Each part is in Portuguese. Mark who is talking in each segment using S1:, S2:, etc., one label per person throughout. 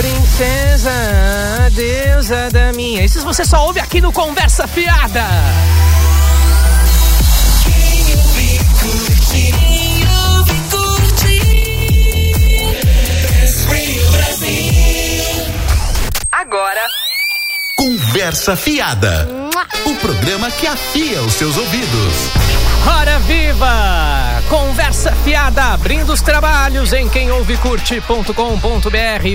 S1: princesa, a deusa da minha. Isso você só ouve aqui no Conversa Fiada.
S2: Agora.
S3: Conversa Fiada. O programa que afia os seus ouvidos.
S1: Hora Viva! Conversa fiada abrindo os trabalhos em quem ouve curte.com.br,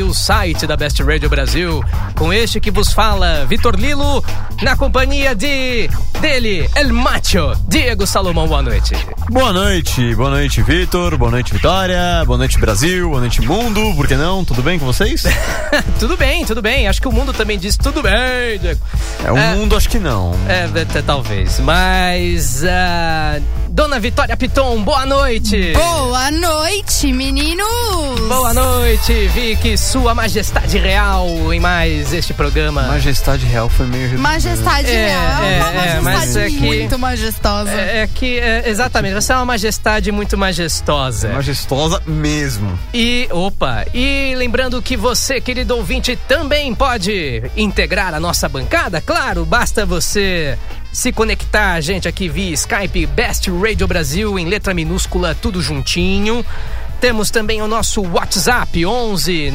S1: o site da Best Radio Brasil. Com este que vos fala, Vitor Lilo, na companhia de dele, El Macho, Diego Salomão. Boa noite.
S4: Boa noite, boa noite, Vitor, boa noite, Vitória, boa noite, Brasil, boa noite, mundo, por que não? Tudo bem com vocês?
S1: tudo bem, tudo bem. Acho que o mundo também diz tudo bem, Diego.
S4: É, o mundo acho que não.
S1: É, t- talvez. Mas. ah, Dona Vitória Piton, boa noite!
S5: Boa noite, meninos!
S1: Boa noite, Vicky, Sua Majestade Real, em mais este programa.
S4: Majestade Real foi meio reduzido.
S5: Majestade
S1: É, é,
S5: real, uma
S1: é,
S5: majestade
S1: mas é que-
S5: muito majestosa.
S1: É, é que, é, exatamente, você é uma majestade muito majestosa.
S4: Majestosa mesmo.
S1: E, opa, e lembrando que você, querido ouvinte, também pode integrar a nossa bancada, claro, basta você se conectar a gente aqui via Skype Best Radio Brasil em letra minúscula, tudo juntinho. Temos também o nosso WhatsApp 11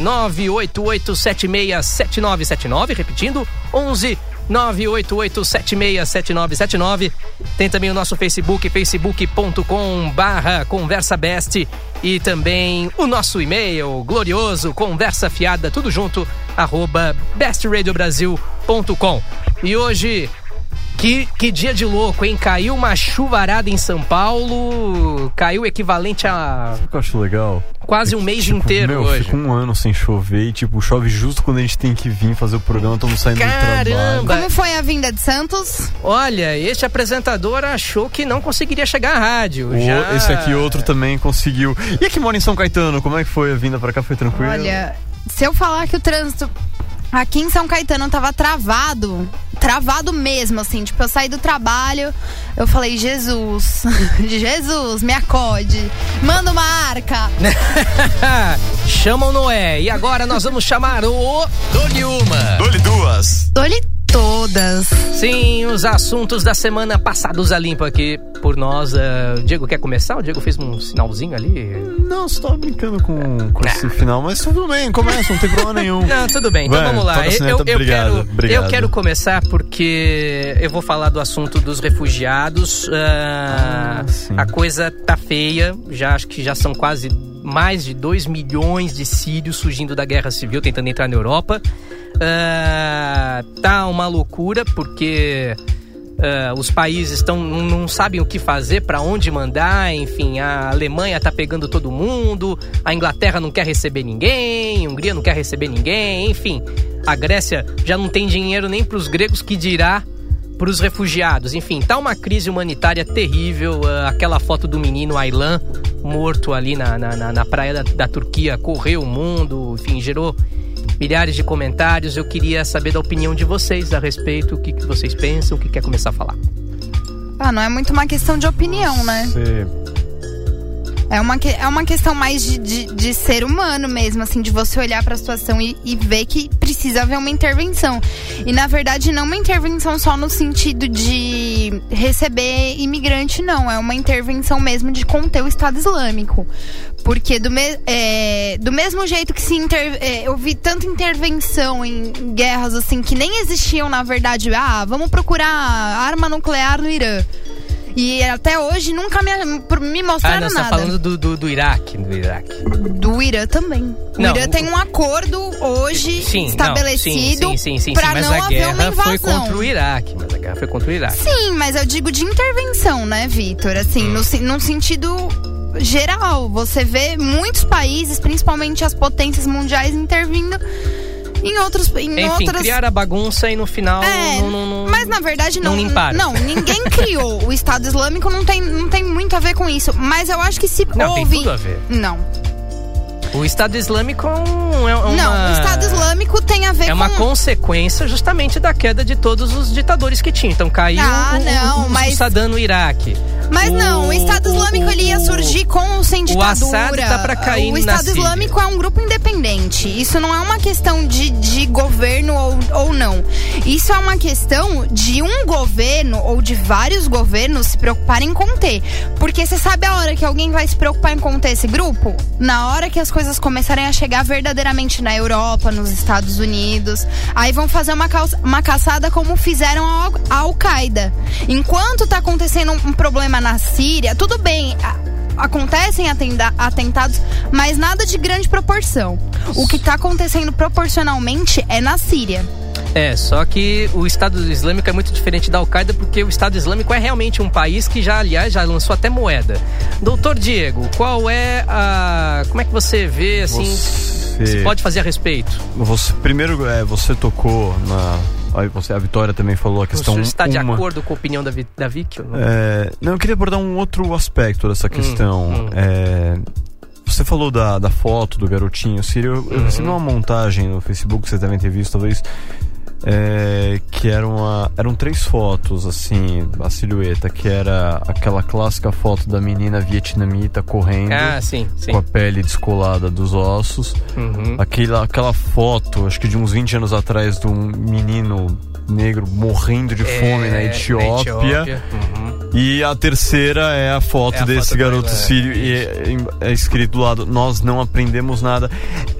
S1: 988767979, repetindo, 11 988767979. Tem também o nosso Facebook, facebook.com barra conversabest e também o nosso e-mail glorioso conversa fiada tudo junto arroba bestradiobrasil.com. E hoje que, que dia de louco, hein? Caiu uma chuvarada em São Paulo, caiu o equivalente a
S4: O que eu acho legal?
S1: quase um
S4: É que,
S1: mês
S4: tipo,
S1: inteiro
S4: meu,
S1: hoje.
S4: Fica um ano sem chover e, tipo, chove justo quando a gente tem que vir fazer o programa, estamos saindo do trabalho.
S1: Caramba!
S5: Como foi a vinda de Santos?
S1: Olha, este apresentador achou que não conseguiria chegar à rádio.
S4: O-
S1: Já-
S4: Esse aqui outro também conseguiu. E aqui mora em São Caetano, como é que foi a vinda pra cá? Foi tranquilo?
S5: Olha, se eu falar que o trânsito aqui em São Caetano tava travado, travado mesmo, assim, tipo, eu saí do trabalho, eu falei, Jesus, Jesus, me acode, manda uma arca.
S1: Né? Ah, chama o Noé. E agora nós vamos chamar o.
S3: Dole uma. Dole duas.
S5: Dou-lhe todas.
S1: Sim, os assuntos da semana passados a limpo aqui por nós. Ah, o Diego quer começar? O Diego fez um sinalzinho ali.
S4: Não, só tava brincando com, com esse final, mas tudo bem, começa, não tem problema nenhum.
S1: É. Não, tudo bem. Então
S4: Vai,
S1: vamos lá.
S4: toca
S1: Eu,
S4: sineta.
S1: eu- eu
S4: Obrigado,
S1: quero,
S4: obrigado.
S1: eu quero começar porque eu vou falar do assunto dos refugiados. Ah,
S4: Ah, sim.
S1: a coisa tá feia. Já acho que já são quase mais de 2 milhões de sírios fugindo da guerra civil, tentando entrar na Europa. Ah, tá uma loucura porque ah, os países estão não, não sabem o que fazer, para onde mandar, enfim, a Alemanha tá pegando todo mundo, a Inglaterra não quer receber ninguém, a Hungria não quer receber ninguém, enfim, a Grécia já não tem dinheiro nem para os gregos que dirá para os refugiados. Enfim, tá uma crise humanitária terrível. ah, aquela foto do menino Aylan morto ali na, na, na- na praia da, da Turquia correu o mundo, enfim, gerou milhares de comentários. Eu queria saber da opinião de vocês a respeito, o que, que vocês pensam, o que quer começar a falar.
S5: Ah, não é muito uma questão de opinião, né?
S4: Você-
S5: É uma, que- é uma questão mais de, de, de ser humano mesmo, assim, de você olhar pra situação e, e ver que precisa haver uma intervenção. E na verdade, não uma intervenção só no sentido de receber imigrante, não. É uma intervenção mesmo de conter o Estado Islâmico. Porque do, me- é, do mesmo jeito que se inter- é, eu vi tanta intervenção em guerras assim que nem existiam, na verdade, ah, vamos procurar arma nuclear no Irã. E até hoje nunca me, me mostraram
S1: ah, não, você tá
S5: nada
S1: falando do, do, do Iraque, do Iraque.
S5: do Irã também. O
S1: Não,
S5: Irã
S1: o-
S5: tem um acordo hoje
S1: Sim, não,
S5: estabelecido
S1: sim, sim, sim, sim,
S5: pra
S1: sim, mas
S5: não
S1: a
S5: haver uma
S1: guerra
S5: invasão.
S1: foi contra o Iraque, mas a guerra foi contra o Iraque.
S5: Sim, mas eu digo de intervenção, né, Vitor? Assim,
S1: Hum.
S5: no, sen- num sentido geral. Você vê muitos países, principalmente as potências mundiais, intervindo em outros. Em
S1: Enfim,
S5: outras...
S1: criaram um a bagunça e no final
S5: É,
S1: não- não- não-
S5: mas na verdade
S1: não
S5: não.
S1: limparam.
S5: Não, ninguém criou. o Estado Islâmico não tem, não tem muito a ver com isso. Mas eu acho que se
S1: Não, tem
S5: houve.
S1: tudo a ver.
S5: Não.
S1: O Estado Islâmico é um- é uma...
S5: Não, o Estado Islâmico tem a ver
S1: É
S5: com.
S1: uma consequência justamente da queda de todos os ditadores que tinham. Então caiu
S5: Ah,
S1: o, o-
S5: não,
S1: o, o
S5: mas-
S1: Saddam no Iraque.
S5: Mas não, o Estado
S1: o-
S5: Islâmico ele ia surgir com um ou sem
S1: O
S5: ditadura.
S1: Assad tá pra cair
S5: O
S1: na
S5: Estado
S1: Síria.
S5: Islâmico é um grupo independente. Isso não é uma questão de, de governo ou, ou não. Isso é uma questão de um governo ou de vários governos se preocuparem com ter. Porque você sabe a hora que alguém vai se preocupar em conter esse grupo? Na hora que as coisas começarem a chegar verdadeiramente na Europa, nos Estados Unidos. Aí vão fazer uma, calça- uma caçada como fizeram a Al- a Al-Qaeda. Enquanto tá acontecendo um, um problema na Síria, tudo bem. a- acontecem atenda- atentados, mas nada de grande proporção. O que tá acontecendo proporcionalmente é na Síria.
S1: É, só que o Estado Islâmico é muito diferente da Al-Qaeda, porque o Estado Islâmico é realmente um país que já, aliás, já lançou até moeda. Doutor Diego, qual é a. Como é que você vê, assim,
S4: Você-
S1: se pode fazer a respeito?
S4: Você, primeiro, é, você tocou na. Aí você, a Vitória também falou a questão.
S1: você está de
S4: uma.
S1: acordo com a opinião da, Vi- da Vicky? ou não?
S4: É, não, eu queria abordar um outro aspecto dessa questão.
S1: hum.
S4: É, você falou da, da foto do garotinho sírio.
S1: Uhum.
S4: Eu recebi uma montagem no Facebook, vocês devem ter visto, talvez. é, que eram, a- eram três fotos, assim, a silhueta, que era aquela clássica foto da menina vietnamita correndo.
S1: Ah, sim, sim.
S4: É, Com a pele descolada dos ossos.
S1: Uhum.
S4: Aquela, aquela foto, acho que de uns 20 anos atrás, de um menino negro morrendo de fome
S1: É,
S4: na Etiópia.
S1: Uhum.
S4: E a terceira é a foto
S1: É a
S4: desse
S1: foto
S4: garoto
S1: dela, é.
S4: sírio e é, é escrito do lado: Nós não aprendemos nada.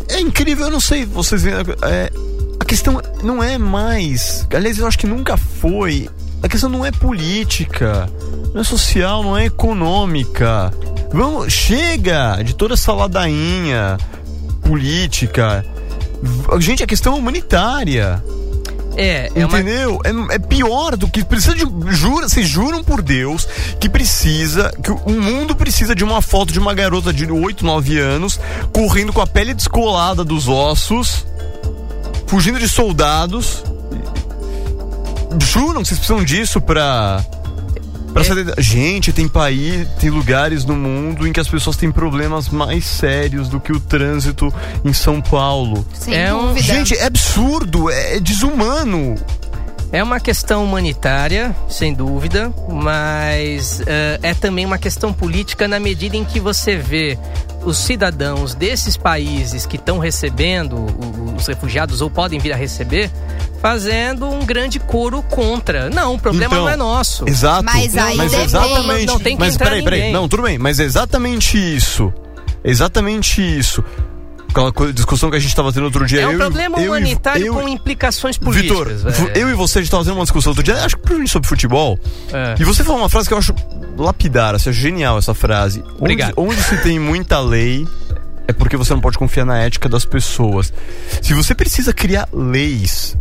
S4: É incrível, eu não sei, vocês veem. é, a questão não é mais. Aliás, eu acho que nunca foi. A questão não é política, não é social, não é econômica. Vamos, chega de toda essa ladainha política. V- Gente, a questão é humanitária.
S1: É, é uma.
S4: Entendeu? É, é pior do que precisa de. um, Jura, vocês juram por Deus que precisa. Que o mundo precisa de uma foto de uma garota de 8, 9 anos correndo com a pele descolada dos ossos, fugindo de soldados. Juram que vocês precisam disso pra. Pra
S1: É.
S4: saber- Gente, tem país, tem lugares no mundo em que as pessoas têm problemas mais sérios do que o trânsito em São Paulo.
S5: Sem
S1: É um-
S5: dúvida.
S4: Gente, é absurdo, é é desumano.
S1: É uma questão humanitária, sem dúvida, mas eh, é também uma questão política na medida em que você vê os cidadãos desses países que estão recebendo o- o- os refugiados ou podem vir a receber fazendo um grande coro contra. Não, o problema
S4: Então,
S1: não é nosso.
S4: Exato.
S5: Mas aí depende.
S4: exatamente.
S1: Não, não tem que
S4: mas
S1: entrar
S4: peraí, peraí.
S1: ninguém.
S4: Não, tudo bem. Mas é exatamente isso. Exatamente isso. Aquela coisa- discussão que a gente estava tendo outro dia.
S1: É
S4: eu
S1: um
S4: e-
S1: problema
S4: eu e-
S1: humanitário
S4: eu,
S1: com implicações
S4: Vitor,
S1: políticas.
S4: vo-
S1: velho.
S4: eu e você a gente tava fazendo uma discussão outro dia, acho que provavelmente sobre futebol.
S1: É.
S4: E você falou uma frase que eu acho lapidar, assim, eu acho genial essa frase. Onde-
S1: Obrigado.
S4: Onde, se tem muita lei é porque você não pode confiar na ética das pessoas. Se você precisa criar leis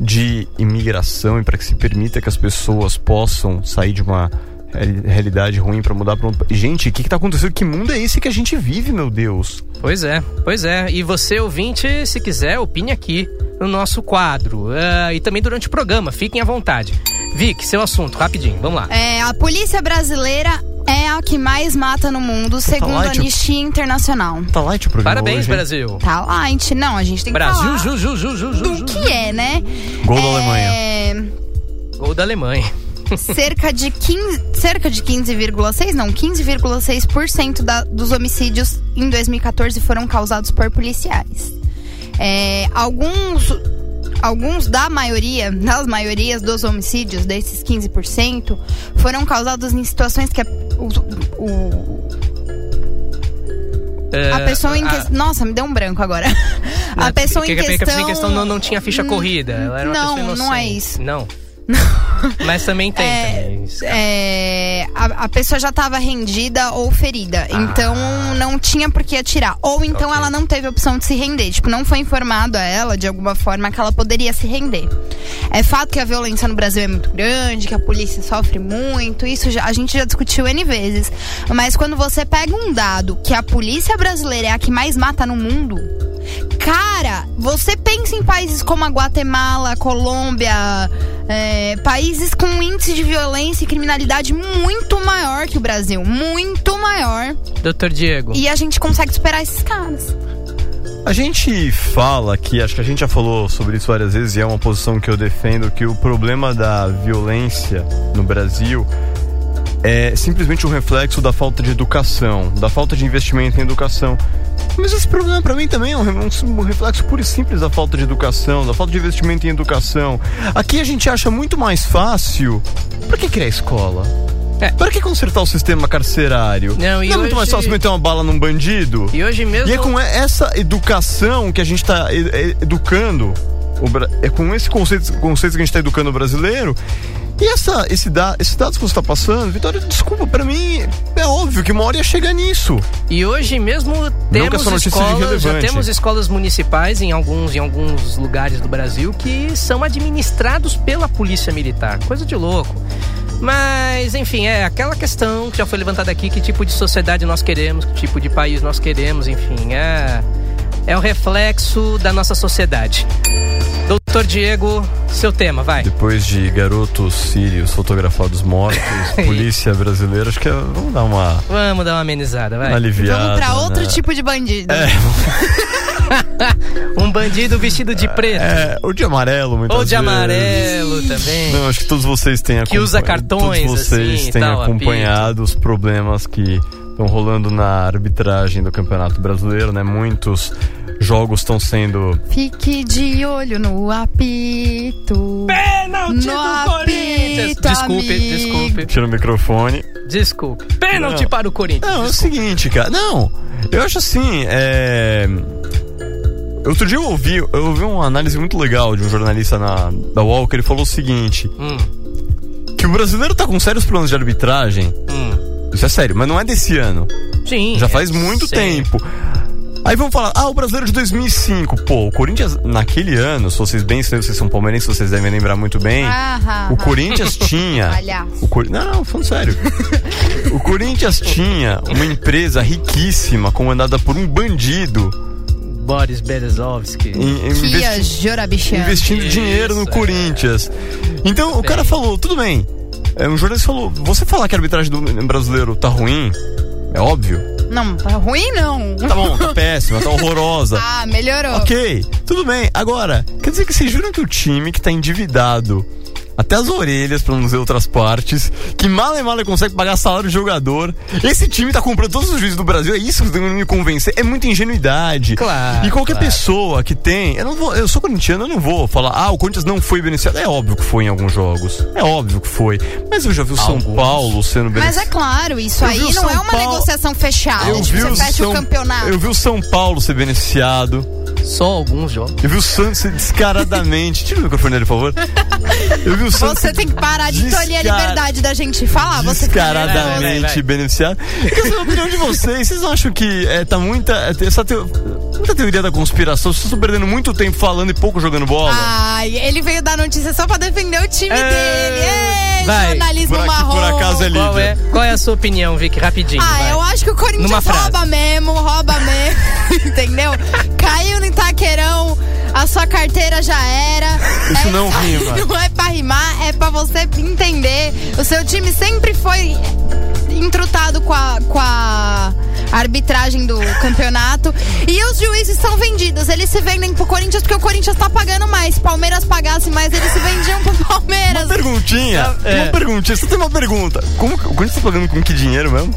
S4: de imigração e para que se permita que as pessoas possam sair de uma reali- realidade ruim para mudar para um... gente, o que que tá acontecendo? Que mundo é esse que a gente vive, meu Deus?
S1: Pois é, pois é. E você, ouvinte, se quiser, opine aqui no nosso quadro. Ah, e também durante o programa, fiquem à vontade. Vic, seu assunto, rapidinho, vamos lá.
S5: É, a polícia brasileira é a que mais mata no mundo, segundo a
S4: light.
S5: Anistia Internacional.
S4: Tá light o programa
S1: Parabéns,
S4: hoje, hein?
S1: Brasil.
S5: Tá lá, gente. Não, a gente tem que
S1: Brasil,
S5: falar
S1: ju, ju, ju, ju, ju, ju,
S5: do que é, né?
S4: Gol da
S5: É,
S4: Alemanha.
S1: Gol da Alemanha.
S5: cerca de 15, cerca de 15,6, não, 15,6% da- dos homicídios em 2014 foram causados por policiais. É, alguns alguns da maioria, das maiorias dos homicídios desses 15% foram causados em situações que a, o- o- a
S1: É,
S5: pessoa em
S1: a-
S5: que, nossa, me deu um branco agora. A
S1: é,
S5: pessoa em
S1: que- que a pessoa em questão não,
S5: questão
S1: não tinha ficha
S5: Hum,
S1: corrida. Ela era uma
S5: não,
S1: pessoa
S5: não é
S1: inocente.
S5: isso.
S1: Não. Mas também tem. também.
S5: É, a, a pessoa já estava rendida ou ferida. Então não tinha por que atirar. Ou então
S1: Ok.
S5: ela não teve opção de se render. Tipo, não foi informado a ela, de alguma forma, que ela poderia se render. É fato que a violência no Brasil é muito grande, que a polícia sofre muito. Isso já- a gente já discutiu N vezes. Mas quando você pega um dado que a polícia brasileira é a que mais mata no mundo. Cara, você pensa em países como a Guatemala, Colômbia, é, países com índice de violência e criminalidade muito maior que o Brasil, muito maior.
S1: Doutor Diego.
S5: E a gente consegue superar esses caras.
S4: A gente fala que, acho que a gente já falou sobre isso várias vezes e é uma posição que eu defendo, que o problema da violência no Brasil é simplesmente um reflexo da falta de educação, da falta de investimento em educação. Mas esse problema para mim também é um, um, um reflexo puro e simples da falta de educação, da falta de investimento em educação. Aqui a gente acha muito mais fácil. Para que criar escola? É. Para que consertar o sistema carcerário?
S1: Não,
S4: e Não é muito
S1: hoje-
S4: mais fácil meter uma bala num bandido?
S1: E hoje mesmo.
S4: E é com essa educação que a gente está educando, o bra- é com esse conceito, conceito que a gente está educando o brasileiro. E essa, esse da, esses dados que você está passando, Vitória, desculpa, pra mim é óbvio que uma hora ia chegar nisso.
S1: E hoje mesmo temos
S4: essa notícia seja
S1: escolas, já
S4: relevante.
S1: temos escolas municipais em alguns, em alguns lugares do Brasil que são administrados pela polícia militar. Coisa de louco. Mas, enfim, é aquela questão que já foi levantada aqui, que tipo de sociedade nós queremos, que tipo de país nós queremos, enfim, é é o reflexo da nossa sociedade. Doutor Diego, seu tema, vai.
S4: Depois de garotos sírios fotografados mortos, polícia brasileira, acho que é- vamos dar uma,
S1: Vamos dar uma amenizada,
S4: uma
S1: vai.
S4: aliviada.
S5: Vamos pra outro
S4: né?
S5: tipo de bandido.
S1: Um bandido vestido de preto.
S4: É, ou de amarelo, muitas
S1: Ou de
S4: vezes.
S1: amarelo também.
S4: Não, acho que todos vocês têm
S1: Que usa cartões,
S4: Todos vocês
S1: assim,
S4: têm
S1: tal,
S4: acompanhado os problemas que estão rolando na arbitragem do Campeonato Brasileiro, né? Muitos jogos estão sendo.
S5: Fique de olho no apito.
S1: Pênalti
S5: No
S1: do Corinthians!
S5: apito,
S1: Desculpe,
S5: amigo.
S1: desculpe,
S4: Tira o microfone.
S1: desculpe. Pênalti
S4: Não.
S1: para o Corinthians.
S4: Não, é o
S1: Desculpe.
S4: seguinte, cara. Não, eu acho assim, é. Outro dia eu ouvi, eu ouvi uma análise muito legal de um jornalista na, da UOL que ele falou o seguinte:
S1: Hum,
S4: que o brasileiro tá com sérios problemas de arbitragem.
S1: hum.
S4: Isso é sério, mas não é desse ano.
S1: Sim.
S4: Já faz
S1: é,
S4: muito
S1: sim.
S4: tempo. Aí vão falar, ah, o brasileiro de 2005. Pô, o Corinthians, naquele ano, se vocês bem, se vocês são palmeirenses, vocês devem lembrar muito bem.
S5: Ah, ah,
S4: O
S5: ah.
S4: Corinthians tinha.
S5: Palhaço.
S4: O Cor... Não, não, falando sério. o Corinthians tinha uma empresa riquíssima, comandada por um bandido,
S1: Boris Berezovski.
S4: em- em
S5: Kia
S4: investi-
S5: Jorabichana.
S4: investindo dinheiro no
S1: Isso, é.
S4: Corinthians. Então o cara falou, tudo bem. É, Um jornalista falou, você falar que a arbitragem do brasileiro tá ruim, é óbvio.
S5: Não, tá ruim não.
S4: Tá bom, tá péssima, tá horrorosa.
S5: Ah, melhorou.
S4: Ok, tudo bem. Agora, quer dizer que vocês juram que o time que tá endividado até as orelhas, pra não dizer outras partes, que mal e mal ele consegue pagar salário de jogador, esse time tá comprando todos os juízes do Brasil, é isso que você tem que me convencer? É muita ingenuidade.
S1: Claro,
S4: E qualquer
S1: claro.
S4: pessoa que tem. Eu, não vou, eu sou corintiano, eu não vou falar, ah, o Corinthians não foi beneficiado. É óbvio que foi em alguns jogos. É óbvio que foi. Mas eu já vi o São
S1: Alguns.
S4: Paulo sendo
S5: Mas
S4: beneficiado.
S5: é claro, isso
S4: Eu
S5: aí
S4: vi o
S5: não
S4: São
S5: é uma
S4: Paulo-
S5: negociação fechada.
S4: eu
S5: tipo,
S4: vi o
S5: você fecha
S4: São,
S5: o campeonato.
S4: eu vi o São Paulo ser beneficiado.
S1: Só alguns jogos.
S4: Eu vi o Santos descaradamente. Tira o microfone dele, por favor. Eu vi o Santos.
S5: Você tem que parar de
S4: Descar-
S5: tolher a liberdade da gente falar. Você fica nervoso.
S1: Vai, vai,
S4: Descaradamente
S1: vai.
S4: beneficiado. Quer saber a opinião de vocês? Vocês não acham que eh, tá muita. eh, tem Essa teo- muita teoria da conspiração? Vocês estão perdendo muito tempo falando e pouco jogando bola?
S5: Ai, ele veio dar notícia só pra defender o time
S1: É,
S5: dele. Ei,
S1: vai.
S5: jornalismo
S4: por, aqui,
S5: marrom.
S4: por acaso é
S1: Qual é,
S4: líder.
S1: qual é a sua opinião, Vic? Rapidinho.
S5: Ah,
S1: vai.
S5: eu acho que o Corinthians
S1: Numa frase.
S5: rouba mesmo, rouba mesmo, entendeu? Caiu no Itaquerão, a sua carteira já era.
S4: Isso não
S5: aí
S4: rima.
S5: Não é pra rimar, é pra você entender. O seu time sempre foi entrutado com a, com a arbitragem do campeonato. E os juízes são vendidos. Eles se vendem pro Corinthians porque o Corinthians tá pagando mais. Palmeiras pagasse mais, eles se vendiam pro Palmeiras.
S4: Perguntinha,
S1: É.
S4: uma perguntinha, só tem uma pergunta. Como, que- o Corinthians tá pagando com que dinheiro mesmo?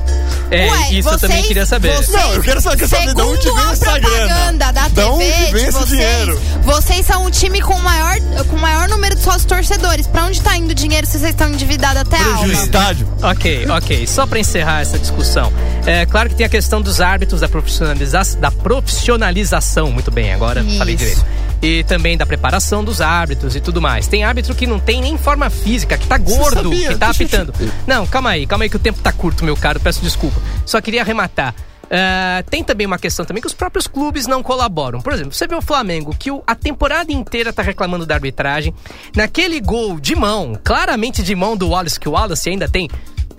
S1: É,
S5: Ué,
S1: isso eu também
S5: vocês-
S1: queria saber.
S5: vocês-
S4: Não, eu quero saber, quero saber de onde
S5: Segundo
S4: vem
S5: a
S4: essa grana.
S5: propaganda da
S4: Da onde
S5: TV
S4: vem
S5: de
S4: esse
S5: vocês,
S4: dinheiro?
S5: vocês são o time com o maior, com o maior número de sócios torcedores. Pra onde tá indo o dinheiro se vocês estão endividados até a
S4: Prejuízo,
S5: alma?
S4: estádio.
S1: Ok, ok. Só para encerrar essa discussão. É claro que tem a questão dos árbitros, da, profissionaliza- da profissionalização. Muito bem, agora
S5: Isso.
S1: falei direito. E também da preparação dos árbitros e tudo mais. Tem árbitro que não tem nem forma física, que tá gordo,
S4: sabia?
S1: que tá
S4: Deixa eu
S1: apitando. Não, calma aí, calma aí que o tempo tá curto, meu caro. Peço desculpa. Só queria arrematar. Ah, tem também uma questão também que os próprios clubes não colaboram. Por exemplo, você vê o Flamengo, que o- a temporada inteira tá reclamando da arbitragem. Naquele gol de mão, claramente de mão do Wallace, que o Wallace ainda tem.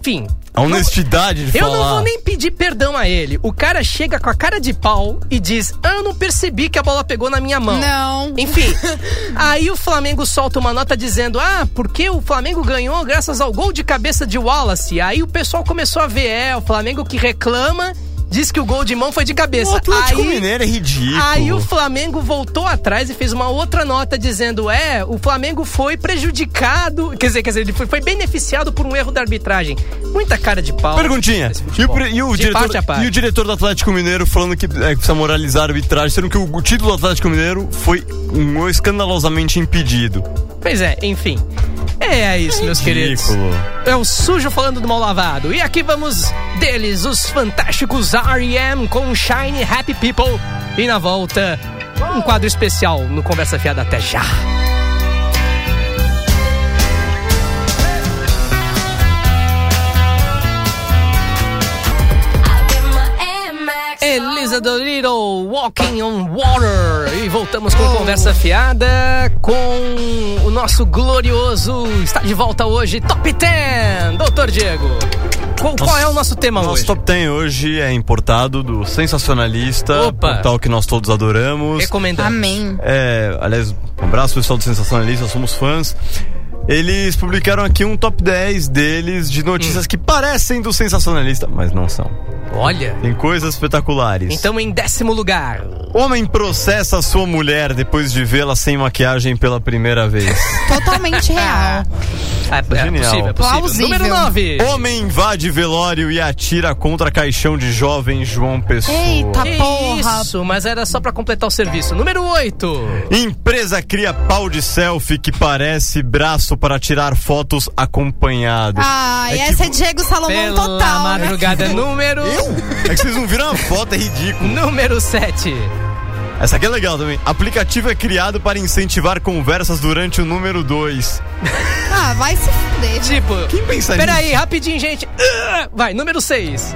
S1: Enfim,
S4: A honestidade de
S1: eu
S4: falar.
S1: não vou nem pedir perdão a ele. O cara chega com a cara de pau e diz: "Ah, Eu não percebi que a bola pegou na minha mão.
S5: Não.
S1: Enfim, aí o Flamengo solta uma nota dizendo: Ah, porque o Flamengo ganhou graças ao gol de cabeça de Wallace. Aí o pessoal começou a ver: É, o Flamengo que reclama Diz que o gol de mão foi de cabeça.
S4: O Atlético
S1: aí,
S4: Mineiro é ridículo.
S1: aí o Flamengo voltou atrás e fez uma outra nota dizendo: é, o Flamengo foi prejudicado. Quer dizer, quer dizer, ele foi, foi beneficiado por um erro da arbitragem. Muita cara de pau.
S4: Perguntinha.
S1: Esse
S4: E o,
S1: futebol.
S4: pre- e o
S1: de
S4: diretor,
S1: parte a parte.
S4: e o diretor do Atlético Mineiro falando que é, que precisa moralizar a arbitragem, sendo que o, o título do Atlético Mineiro foi um, escandalosamente impedido.
S1: Pois é, enfim. É isso, meus queridos.
S4: Ridículo.
S1: É o sujo falando do mal lavado. E aqui vamos deles, os fantásticos R.E.M. com Shine Happy People. E na volta, um quadro especial no Conversa Fiada até já. Elisa Dolittle, Walking on Water. E voltamos com Conversa Fiada com o nosso glorioso. Está de volta hoje, Top 10, Doutor Diego. Qual, qual é o nosso tema
S4: Nosso
S1: hoje?
S4: top 10 hoje é importado do Sensacionalista,
S1: Opa.
S4: portal que nós todos adoramos.
S1: Recomendamos.
S5: Amém.
S4: É, aliás, um abraço pessoal do Sensacionalista, somos fãs. Eles publicaram aqui um top 10 deles de notícias
S1: Hum.
S4: que parecem do Sensacionalista, mas não são.
S1: Olha.
S4: Tem coisas espetaculares.
S1: Então, em décimo lugar.
S4: Homem processa sua mulher depois de vê-la sem maquiagem pela primeira vez.
S5: Totalmente real.
S1: É, é
S4: Genial.
S1: possível, é possível.
S5: Plausível.
S1: Número 9.
S4: Homem invade velório e atira contra caixão de jovem João Pessoa.
S5: Eita porra.
S1: Isso, mas era só pra completar o serviço. Número 8.
S4: Empresa cria pau de selfie que parece braço para tirar fotos acompanhado.
S1: Ah.
S5: Ai,
S4: É
S5: essa é
S4: tipo-
S5: Diego Salomão
S1: Pela
S5: total. né?
S1: madrugada, número.
S4: É que vocês não viram a foto, é ridículo.
S1: Número 7.
S4: Essa aqui é legal também. Aplicativo é criado para incentivar conversas durante o número 2.
S5: Ah, vai se fuder.
S1: Tipo.
S4: Quem pensa
S1: Peraí,
S4: nisso?
S1: rapidinho, gente. Ah, Vai, número 6.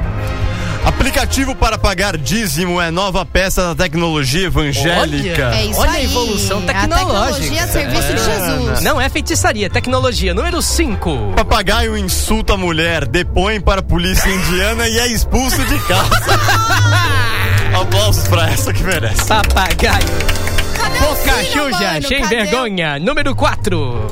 S4: Aplicativo para pagar dízimo é nova peça da tecnologia evangélica.
S1: Olha.
S5: É isso
S1: Olha a
S5: aí.
S1: evolução
S5: A
S1: tecnológica.
S5: tecnologia a serviço de Jesus.
S1: Não é feitiçaria, é tecnologia. Número 5.
S4: Papagaio insulta a mulher, depõe para a polícia indiana e é expulso de casa. Aplausos pra essa que merece.
S1: Papagaio.
S5: Cadê o
S1: Boca
S5: sino,
S1: Xuxa,
S5: mano?
S1: sem
S5: Cadê?
S1: vergonha. Número 4.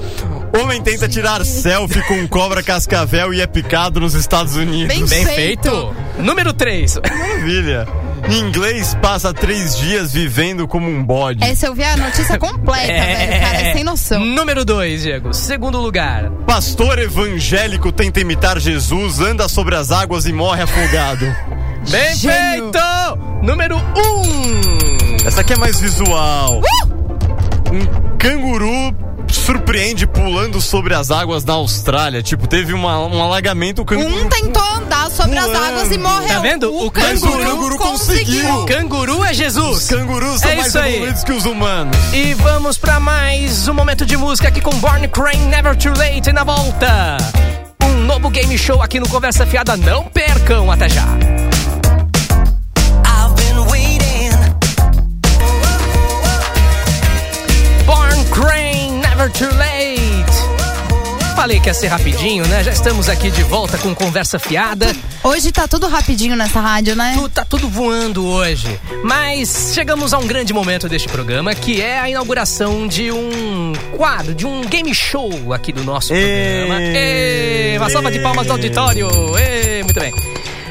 S4: Homem tenta tirar selfie com cobra cascavel e é picado nos Estados Unidos.
S5: Bem
S1: Bem
S5: Feito.
S1: feito. Número 3.
S4: Maravilha. Em inglês, passa três dias vivendo como um bode.
S5: Essa eu vi a notícia completa, velho. Cara, é sem noção.
S1: Número 2, Diego. Segundo lugar.
S4: Pastor evangélico tenta imitar Jesus, anda sobre as águas e morre afogado.
S1: Bem
S5: Gênio.
S1: feito! Número 1!
S4: Essa aqui é mais visual.
S1: Uh!
S4: Um canguru surpreende pulando sobre as águas da Austrália. Tipo, teve uma- um alagamento, o canguru...
S5: Um tentou andar sobre as
S4: Pulando.
S5: águas e morreu.
S1: Tá vendo? O
S4: Mas
S1: canguru
S4: conseguiu.
S1: Canguru é
S4: Os
S1: Jesus!
S4: cangurus são
S1: É
S4: mais
S1: isso aí.
S4: evoluídos que os humanos.
S1: E vamos pra mais um momento de música aqui com Born Crane Never Too Late E na volta. Um novo game show aqui no Conversa Fiada, não percam, até já. Born Crane Never Too Late. Falei que ia ser rapidinho, né? Já estamos aqui de volta com Conversa Fiada.
S5: Hoje tá tudo rapidinho nessa rádio, né?
S1: Tu- Tá tudo voando hoje. Mas chegamos a um grande momento deste programa, que é a inauguração de um quadro, de um game show aqui do nosso
S4: Ê.
S1: programa. Ê, uma salva de palmas do auditório. Ê, muito bem.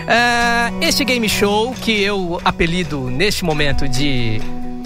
S1: Ah, este game show que eu apelido neste momento de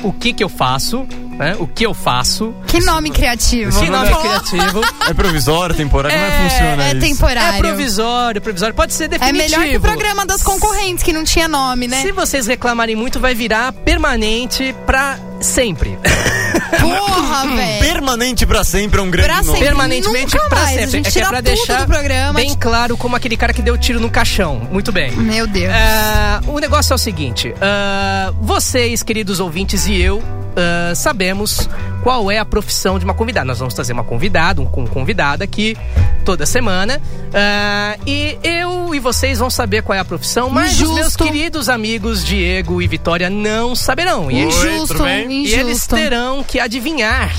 S1: O que que eu faço, né? O que eu faço.
S5: Que nome criativo.
S1: Que nome
S5: Pô,
S1: criativo.
S4: É provisório, temporário, não
S1: É,
S4: é, funciona
S5: É
S4: isso.
S1: É
S5: temporário.
S1: provisório, provisório. Pode ser
S5: É
S1: definitivo.
S5: melhor que o programa das concorrentes, que não tinha nome, né?
S1: Se vocês reclamarem muito, vai virar permanente pra sempre.
S5: Porra, velho.
S4: Permanente pra sempre é um grande
S5: Pra
S4: nome.
S5: sempre.
S1: Permanentemente
S5: Nunca
S1: pra
S5: mais.
S1: sempre.
S5: A gente
S1: é que é
S5: tira
S1: pra
S5: tudo
S1: deixar
S5: do programa.
S1: bem claro como aquele cara que deu tiro no caixão. Muito bem.
S5: Meu Deus.
S1: Ah, o negócio é o seguinte: ah, vocês, queridos ouvintes e eu, ah, sabemos qual é a profissão de uma convidada. Nós vamos trazer uma convidada, um com- convidada aqui toda semana. Ah, e eu e vocês vão saber qual é a profissão, mas os meus
S5: Injusto.
S1: queridos amigos Diego e Vitória não saberão. E é eles
S5: Injusto,
S4: tudo bem?
S1: e eles
S5: injusto.
S1: terão que adivinhar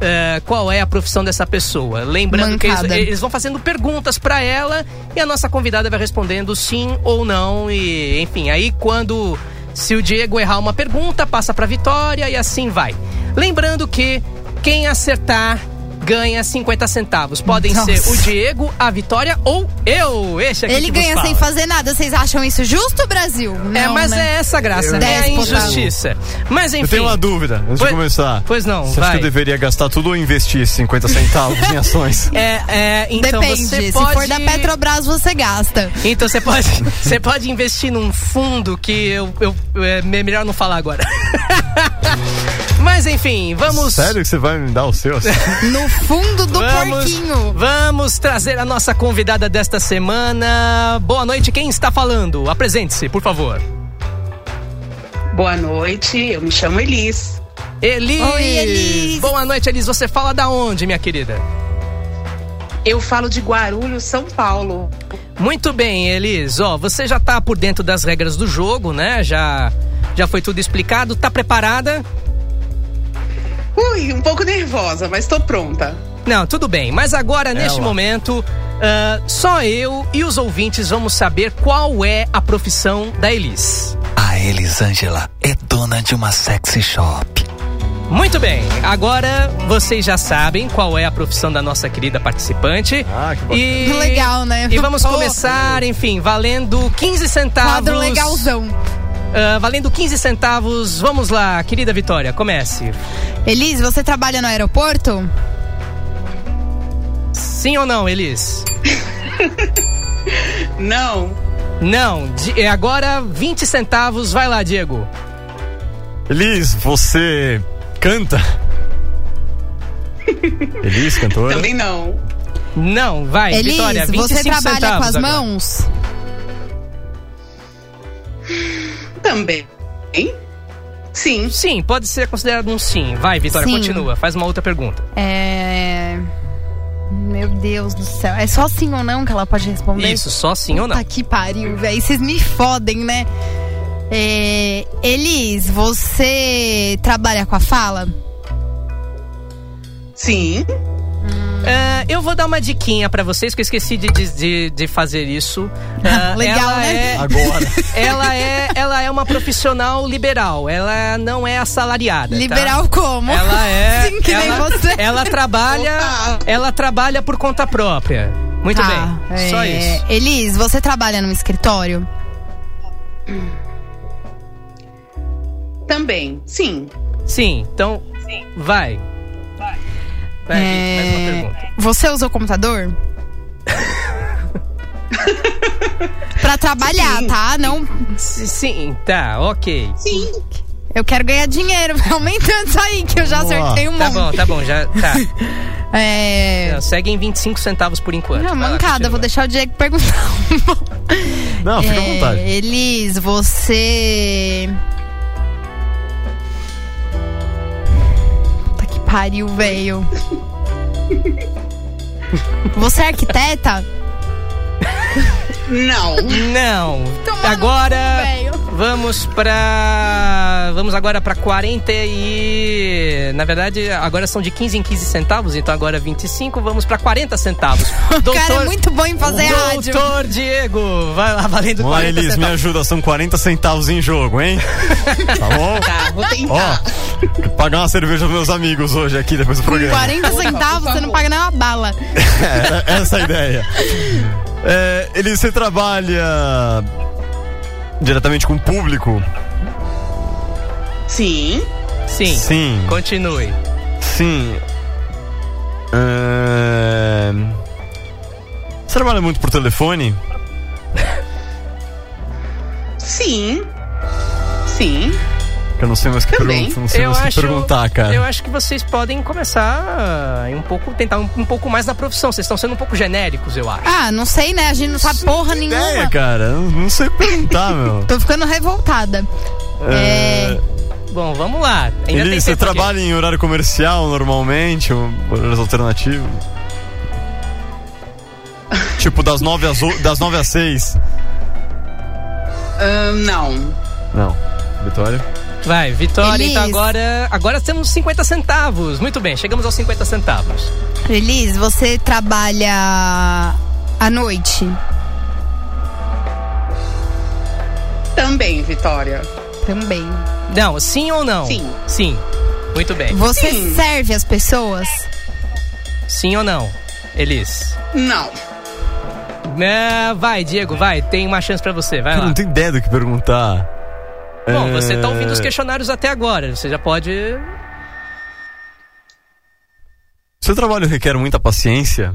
S1: eh, qual é a profissão dessa pessoa. Lembrando que
S5: Mancada.
S1: eles, eles vão fazendo perguntas pra ela e a nossa convidada vai respondendo sim ou não. E, enfim, aí quando. Se o Diego errar uma pergunta, passa pra Vitória e assim vai. Lembrando que quem acertar ganha 50 centavos. Podem ser o Diego, a Vitória ou eu. Esse aqui
S5: Ele
S1: que vos
S5: ganha
S1: fala.
S5: sem fazer nada. Vocês acham isso justo, Brasil?
S1: É,
S5: Não,
S1: mas
S5: né?
S1: é essa a graça, né? É a
S5: Déspota.
S1: injustiça. Mas enfim.
S4: Eu tenho uma dúvida, antes
S1: Pois-
S4: de começar.
S1: pois não,
S4: Você
S1: vai.
S4: acha que eu deveria gastar tudo ou investir esses 50 centavos em ações?
S1: É, é, então
S5: Depende.
S1: você
S5: Se
S1: pode...
S5: for da Petrobras, você gasta.
S1: Então você pode, você pode investir num fundo que eu, eu é melhor não falar agora. Mas enfim, vamos
S4: Sério que você vai me dar os seus?
S5: No fundo do porquinho.
S1: Vamos trazer a nossa convidada desta semana. Boa noite, quem está falando? Apresente-se, por favor.
S6: Boa noite, eu me chamo Elis.
S1: Elis.
S5: Oi, Elis.
S1: Boa noite, Elis. Você fala da onde, minha querida?
S6: Eu falo de Guarulhos, São Paulo.
S1: Muito bem, Elis. Ó, você já tá por dentro das regras do jogo, né? Já já foi tudo explicado. Tá preparada?
S6: Ui, um pouco nervosa, mas tô pronta.
S1: Não, tudo bem. Mas
S4: É,
S1: agora, neste
S4: Ela.
S1: momento, ah, só eu e os ouvintes vamos saber qual é a profissão da Elis.
S7: A Elisângela é dona de uma sexy shop.
S1: Muito bem, agora vocês já sabem qual é a profissão da nossa querida participante.
S4: Ah, que bacana.
S1: e...
S5: Legal, né?
S1: E vamos
S5: Pô.
S1: começar, enfim, valendo 15 centavos.
S5: Quadro legalzão.
S1: Ah, valendo 15 centavos. Vamos lá, querida Vitória, comece.
S5: Elis, você trabalha no aeroporto?
S1: Sim ou não, Elis?
S6: Não,
S1: Não. Di- é agora 20 centavos. Vai lá, Diego.
S4: Elis, você canta? Elis, cantora?
S6: também não.
S1: Não, vai,
S5: Elis,
S1: Vitória, 25
S5: você trabalha com
S1: centavos
S5: as
S1: agora.
S5: mãos?
S6: Também. Hein? Sim,
S1: Sim, pode ser considerado um sim. Vai, Vitória,
S5: Sim.
S1: continua. Faz uma outra pergunta.
S5: É. Meu Deus do céu. É só sim ou não que ela pode responder?
S1: Isso, só sim ou não?
S5: Um Puta que pariu, velho. Vocês me fodem, né? É, Elis, você trabalha com a
S1: Tá.
S5: fala?
S6: sim.
S1: É, eu vou dar uma diquinha pra vocês, que eu esqueci de, de, de- de fazer isso. É,
S5: Legal,
S1: ela
S5: né?
S1: É,
S4: Agora.
S1: ela, é, ela é uma profissional liberal. Ela não é assalariada. tá?
S5: Liberal como?
S1: Ela é.
S5: Sim, que
S1: ela, é
S5: nem você.
S1: Ela trabalha.
S6: Opa.
S1: Ela trabalha por conta própria. Muito
S5: Tá,
S1: bem. Só
S5: é,
S1: isso.
S5: Elis, você trabalha num escritório?
S6: Também, sim.
S1: Sim, então. Vai. Vai. Vai, Alice, É, mais uma pergunta.
S5: É, Você usa o computador? pra trabalhar, tá? Não,
S1: S- Sim, tá, ok.
S6: Sim.
S5: eu quero ganhar dinheiro. Vai aumentando isso aí, que eu já
S4: Boa.
S5: acertei um
S1: Tá
S5: monte.
S1: bom, tá bom, já. Tá.
S5: É.
S1: Não, Segue em 25 centavos por enquanto.
S5: Não,
S1: Vai lá,
S5: mancada,
S1: continua.
S5: vou deixar o Diego perguntar. um
S4: Não, fica à
S5: É,
S4: vontade.
S5: Elis, você. Puta que pariu, velho. Você é arquiteta?
S6: Não.
S1: Não.
S5: Tomar no
S1: agora
S5: cu,
S1: vamos pra vamos agora pra 40 e na verdade agora são de 15 em 15 centavos, então agora 25, vamos pra 40 centavos.
S5: O cara é muito bom em fazer rádio.
S1: Doutor Diego, vai lá valendo
S4: Vamos lá,
S1: 40
S4: Elis, me
S1: centavos.
S4: ajuda, são 40 centavos em jogo, hein? Tá bom?
S6: Tá, vou tentar.
S4: Ó, vou pagar uma cerveja aos meus amigos hoje aqui depois do programa.
S5: 40 centavos, você não paga nem uma bala.
S4: É, essa é a ideia. É, Elis, você trabalha diretamente com o público?
S6: Sim.
S1: Sim.
S4: Sim.
S1: Continue.
S4: Sim. Ahn, Você trabalha muito por telefone?
S6: Sim. Sim.
S4: Que eu não sei mais o que,
S6: Também.
S4: pergunta, não sei mais o que perguntar, cara.
S1: eu acho que vocês podem começar ah, um pouco tentar um, um pouco mais na profissão. Vocês estão sendo um pouco genéricos, eu acho.
S5: Ah, não sei, né? A gente não sabe porra nenhuma.
S4: Ideia, cara. eu Não sei perguntar, meu.
S5: Tô ficando revoltada. É.
S1: Bom, vamos lá. Ainda tem
S4: Elis, você
S1: tempo aqui.
S4: trabalha em horário comercial normalmente, ou horários alternativos? tipo, das 9 às, o- das 9 às 6.
S6: Ahn, Hum, não.
S4: Não. Vitória?
S1: Vai, Vitória,
S5: Elis.
S1: então agora, agora temos 50 centavos. Muito bem, chegamos aos 50 centavos.
S5: Elis, você trabalha à noite?
S6: Também, Vitória.
S5: Também.
S1: Não, sim ou não?
S6: Sim.
S1: Sim. Muito bem.
S5: Você
S6: Sim.
S5: serve as pessoas?
S1: Sim ou não, Elis?
S6: Não.
S1: É, vai, Diego, vai. Tem uma chance pra você. Vai
S4: Eu
S1: lá.
S4: não tenho ideia do que perguntar.
S1: Bom,
S4: É,
S1: você tá ouvindo os questionários até agora. Você já pode.
S4: Seu trabalho requer muita paciência?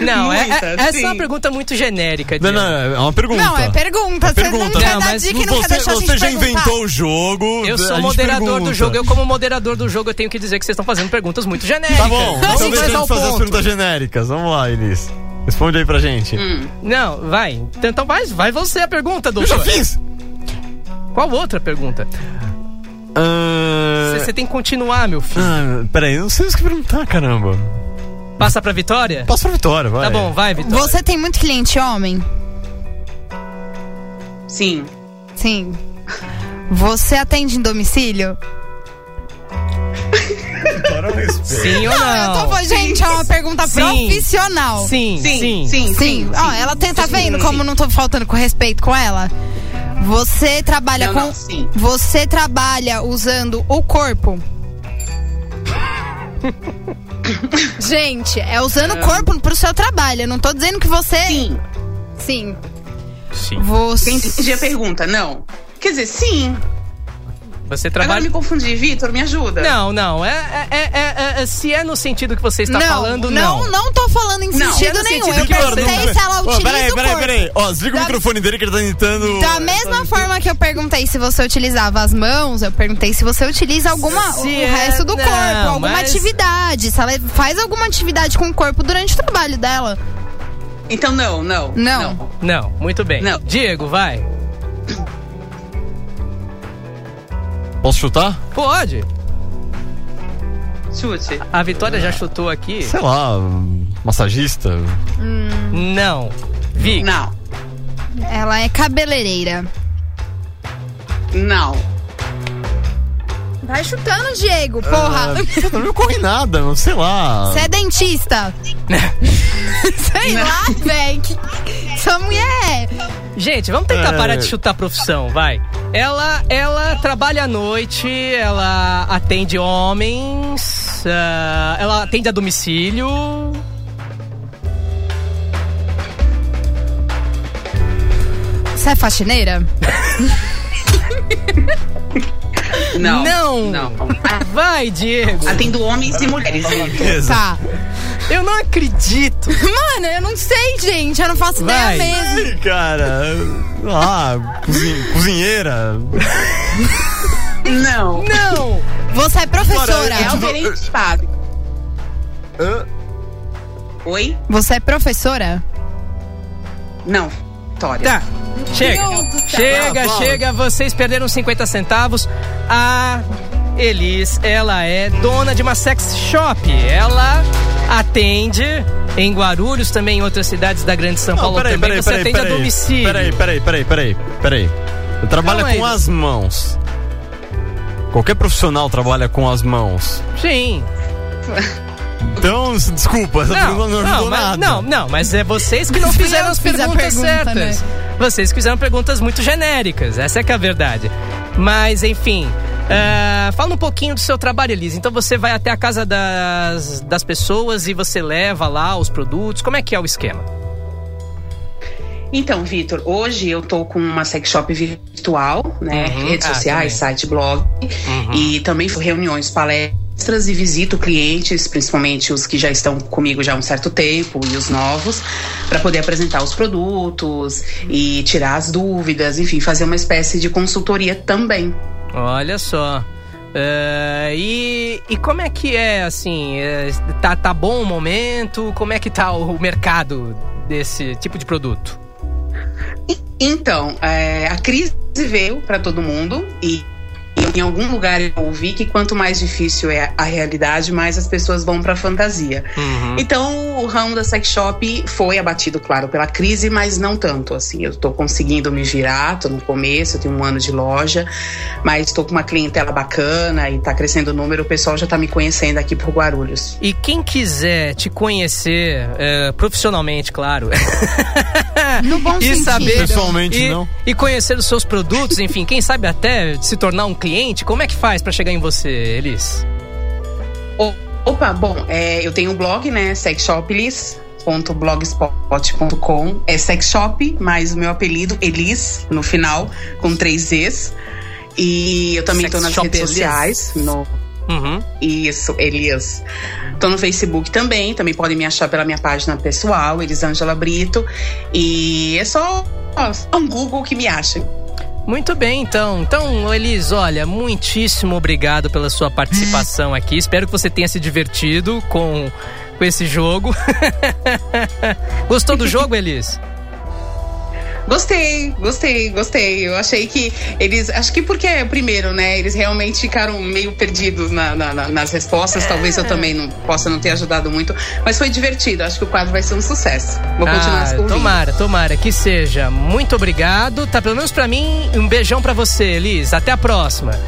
S1: Não, é,
S6: Muita,
S1: é, essa
S6: sim.
S1: é uma pergunta muito genérica.
S4: Não,
S1: Diego.
S4: não, é uma pergunta.
S5: Não, é pergunta. Você
S4: pergunta. né?
S5: não quer
S1: Não,
S5: dar
S1: mas
S5: dica e não quer
S4: Você,
S5: deixar a gente
S4: você já
S5: perguntar.
S4: inventou o jogo.
S1: Eu
S4: a
S1: sou
S4: gente
S1: moderador
S4: pergunta.
S1: do jogo. Eu, como moderador do jogo, eu tenho que dizer que vocês estão fazendo perguntas muito genéricas.
S4: Tá bom,
S1: Vamos
S4: então
S1: mais
S4: deixa eu
S1: ao
S4: fazer as
S1: ponto.
S4: perguntas genéricas. Vamos lá, Elis. Responde aí pra gente.
S1: Hum. Não, vai. Então então vai, vai você a pergunta,
S4: Eu já
S1: doutor.
S4: fiz!
S1: Qual outra pergunta?
S4: Ah,
S1: Você você tem que continuar, meu filho.
S4: ah, peraí, eu não sei mais o que perguntar, caramba.
S1: Passa pra Vitória?
S4: Passa pra vitória, vai.
S1: Tá bom, vai, Vitória.
S5: Você tem muito cliente homem?
S6: Sim.
S5: Sim. Você atende em domicílio?
S4: Agora eu respeito.
S1: Sim ou não?
S5: Ah, Eu tô falando, gente, é uma pergunta
S1: Sim.
S5: profissional.
S1: Sim, sim.
S6: Sim. Sim.
S5: Sim, ó, ela tem, tá
S6: Sim.
S5: vendo como não tô faltando com respeito com ela? Você trabalha
S6: Não,
S5: com.
S6: não, sim.
S5: Você trabalha usando o corpo? Gente, é usando o corpo pro seu trabalho. Eu não tô dizendo que você.
S6: Sim.
S5: Sim.
S1: Sim.
S5: Você.
S6: Quem entendi a pergunta? Não. Quer dizer, sim.
S1: Você
S6: Agora
S1: trabalha.
S6: me confundi. Vitor, me ajuda.
S1: Não, não. É, é- é- é- é- se é no sentido que você está
S5: não,
S1: falando, não.
S5: não, não tô falando em
S6: Não.
S5: sentido
S1: É no
S5: nenhum.
S1: sentido
S5: eu
S1: que
S5: perguntei
S1: você-
S5: se ela utiliza
S4: peraí,
S5: o
S4: peraí,
S5: corpo.
S4: peraí. Ó, desliga o microfone dele que ele tá tentando.
S5: Da mesma forma que eu perguntei se você utilizava as mãos, eu perguntei se você utiliza alguma,
S1: Se
S5: o
S1: é-
S5: resto do
S1: não,
S5: corpo, alguma
S1: mas-
S5: atividade. Se ela faz alguma atividade com o corpo durante o trabalho dela.
S6: Então, não, não.
S5: Não.
S1: Não, muito bem.
S6: Não.
S1: Diego, vai.
S4: Posso chutar?
S1: Pode.
S6: Chute.
S1: A Vitória já chutou aqui?
S4: Sei lá, um massagista.
S1: Não. Vi.
S6: Não.
S5: Ela é cabeleireira.
S6: Não.
S5: Vai chutando, Diego, porra.
S4: Ah, não me ocorre nada, mas sei lá.
S5: Você é dentista? Sei lá, velho. Que... Essa mulher. é?
S1: Gente, vamos tentar
S4: É.
S1: parar de chutar a profissão, vai. Ela, ela trabalha à noite, ela atende homens, ah, ela atende a domicílio.
S5: Você é faxineira?
S6: Não.
S1: Não.
S6: Não. Ah,
S1: Vai, Diego.
S6: Atendo homens e mulheres.
S4: Beleza.
S5: Tá.
S1: Eu não acredito.
S5: Mano, eu não sei, gente. Eu não faço
S1: Vai.
S5: ideia mesmo.
S4: Ai, cara. Ah, cozinhe- cozinheira.
S6: Não.
S1: Não.
S5: Você é professora.
S6: É o gerente de fábrica.
S4: Hã?
S6: Oi?
S5: Você é professora?
S6: Não. Vitória.
S1: Tá. Chega.
S5: Deus do céu.
S1: Chega,
S4: Fala, fala.
S1: chega. Vocês perderam 50 centavos. A Elis, ela é dona de uma sex shop. Ela atende em Guarulhos, também em outras cidades da Grande São
S4: Não,
S1: Paulo
S4: peraí,
S1: também.
S4: peraí,
S1: Você
S4: peraí.
S1: atende a domicílio.
S4: Peraí, peraí, peraí, peraí, peraí. Eu trabalho
S1: Calma aí.
S4: com as mãos. Qualquer profissional trabalha com as mãos.
S1: Sim.
S4: Então, s- desculpa, essa pergunta não ajudou
S1: mas,
S4: nada.
S1: não, não, mas é vocês que não
S5: Fui
S1: fizeram né?
S5: eu
S1: as
S5: que fiz a
S1: perguntas
S5: pergunta,
S1: certas. Vocês fizeram perguntas muito genéricas, essa é que é a verdade. Mas, enfim, ah, fala um pouquinho do seu trabalho, Elisa. Então você vai até a casa das, das pessoas e você leva lá os produtos. Como é que é o esquema?
S6: Então, Vitor, hoje eu tô com uma sex shop virtual, né?
S1: Uhum.
S6: Redes
S1: Ah,
S6: sociais,
S1: também. Uhum.
S6: site, blog. E também reuniões, palestras e visito clientes, principalmente os que já estão comigo já há um certo tempo e os novos, para poder apresentar os produtos e tirar as dúvidas, enfim, fazer uma espécie de consultoria também.
S1: Olha só. Ah, e, e como é que é, assim, eh, tá, tá bom o momento? Como é que tá o o mercado desse tipo de produto?
S6: Então, é, a crise veio para todo mundo e e em algum lugar eu ouvi que quanto mais difícil é a realidade, mais as pessoas vão para fantasia. Então, o ramo da sex shop foi abatido, claro, pela crise, mas não tanto, assim. Eu tô conseguindo me virar, tô no começo, eu tenho um ano de loja, mas tô com uma clientela bacana e tá crescendo o número, o pessoal já tá me conhecendo aqui por Guarulhos.
S1: E quem quiser te conhecer eh, profissionalmente, claro,
S5: No bom
S1: E
S5: sentido.
S1: saber-
S4: Pessoalmente,
S1: e,
S4: não.
S1: e conhecer os seus produtos, enfim, quem sabe até se tornar um cliente, como é que faz pra chegar em você, Elis?
S6: Opa, bom, é, eu tenho um blog, né? sexshoplis.blogspot.com. É sexshop, mas o meu apelido, Elis, no final, com três Zs. E eu também estou nas
S1: Sexshop Elis.
S6: redes sociais. No...
S1: Uhum.
S6: Isso, Elias. Tô no Facebook também, também podem me achar pela minha página pessoal, Elisângela Brito. E é só, só um Google que me acha.
S1: Muito bem, então. Então, Elis, olha, muitíssimo obrigado pela sua participação aqui. Espero que você tenha se divertido com, com esse jogo. Gostou do jogo, Elis?
S6: Gostei, gostei, gostei. Eu achei que eles. Acho que porque, primeiro, né? Eles realmente ficaram meio perdidos na- na- na- nas respostas. Talvez
S1: É.
S6: eu também não, possa não ter ajudado muito. Mas foi divertido. Acho que o quadro vai ser um sucesso. Vou continuar
S1: Ah,
S6: ouvindo.
S1: tomara, tomara que seja. Muito obrigado. Tá pelo menos pra mim, um beijão pra você, Elis. Até a próxima.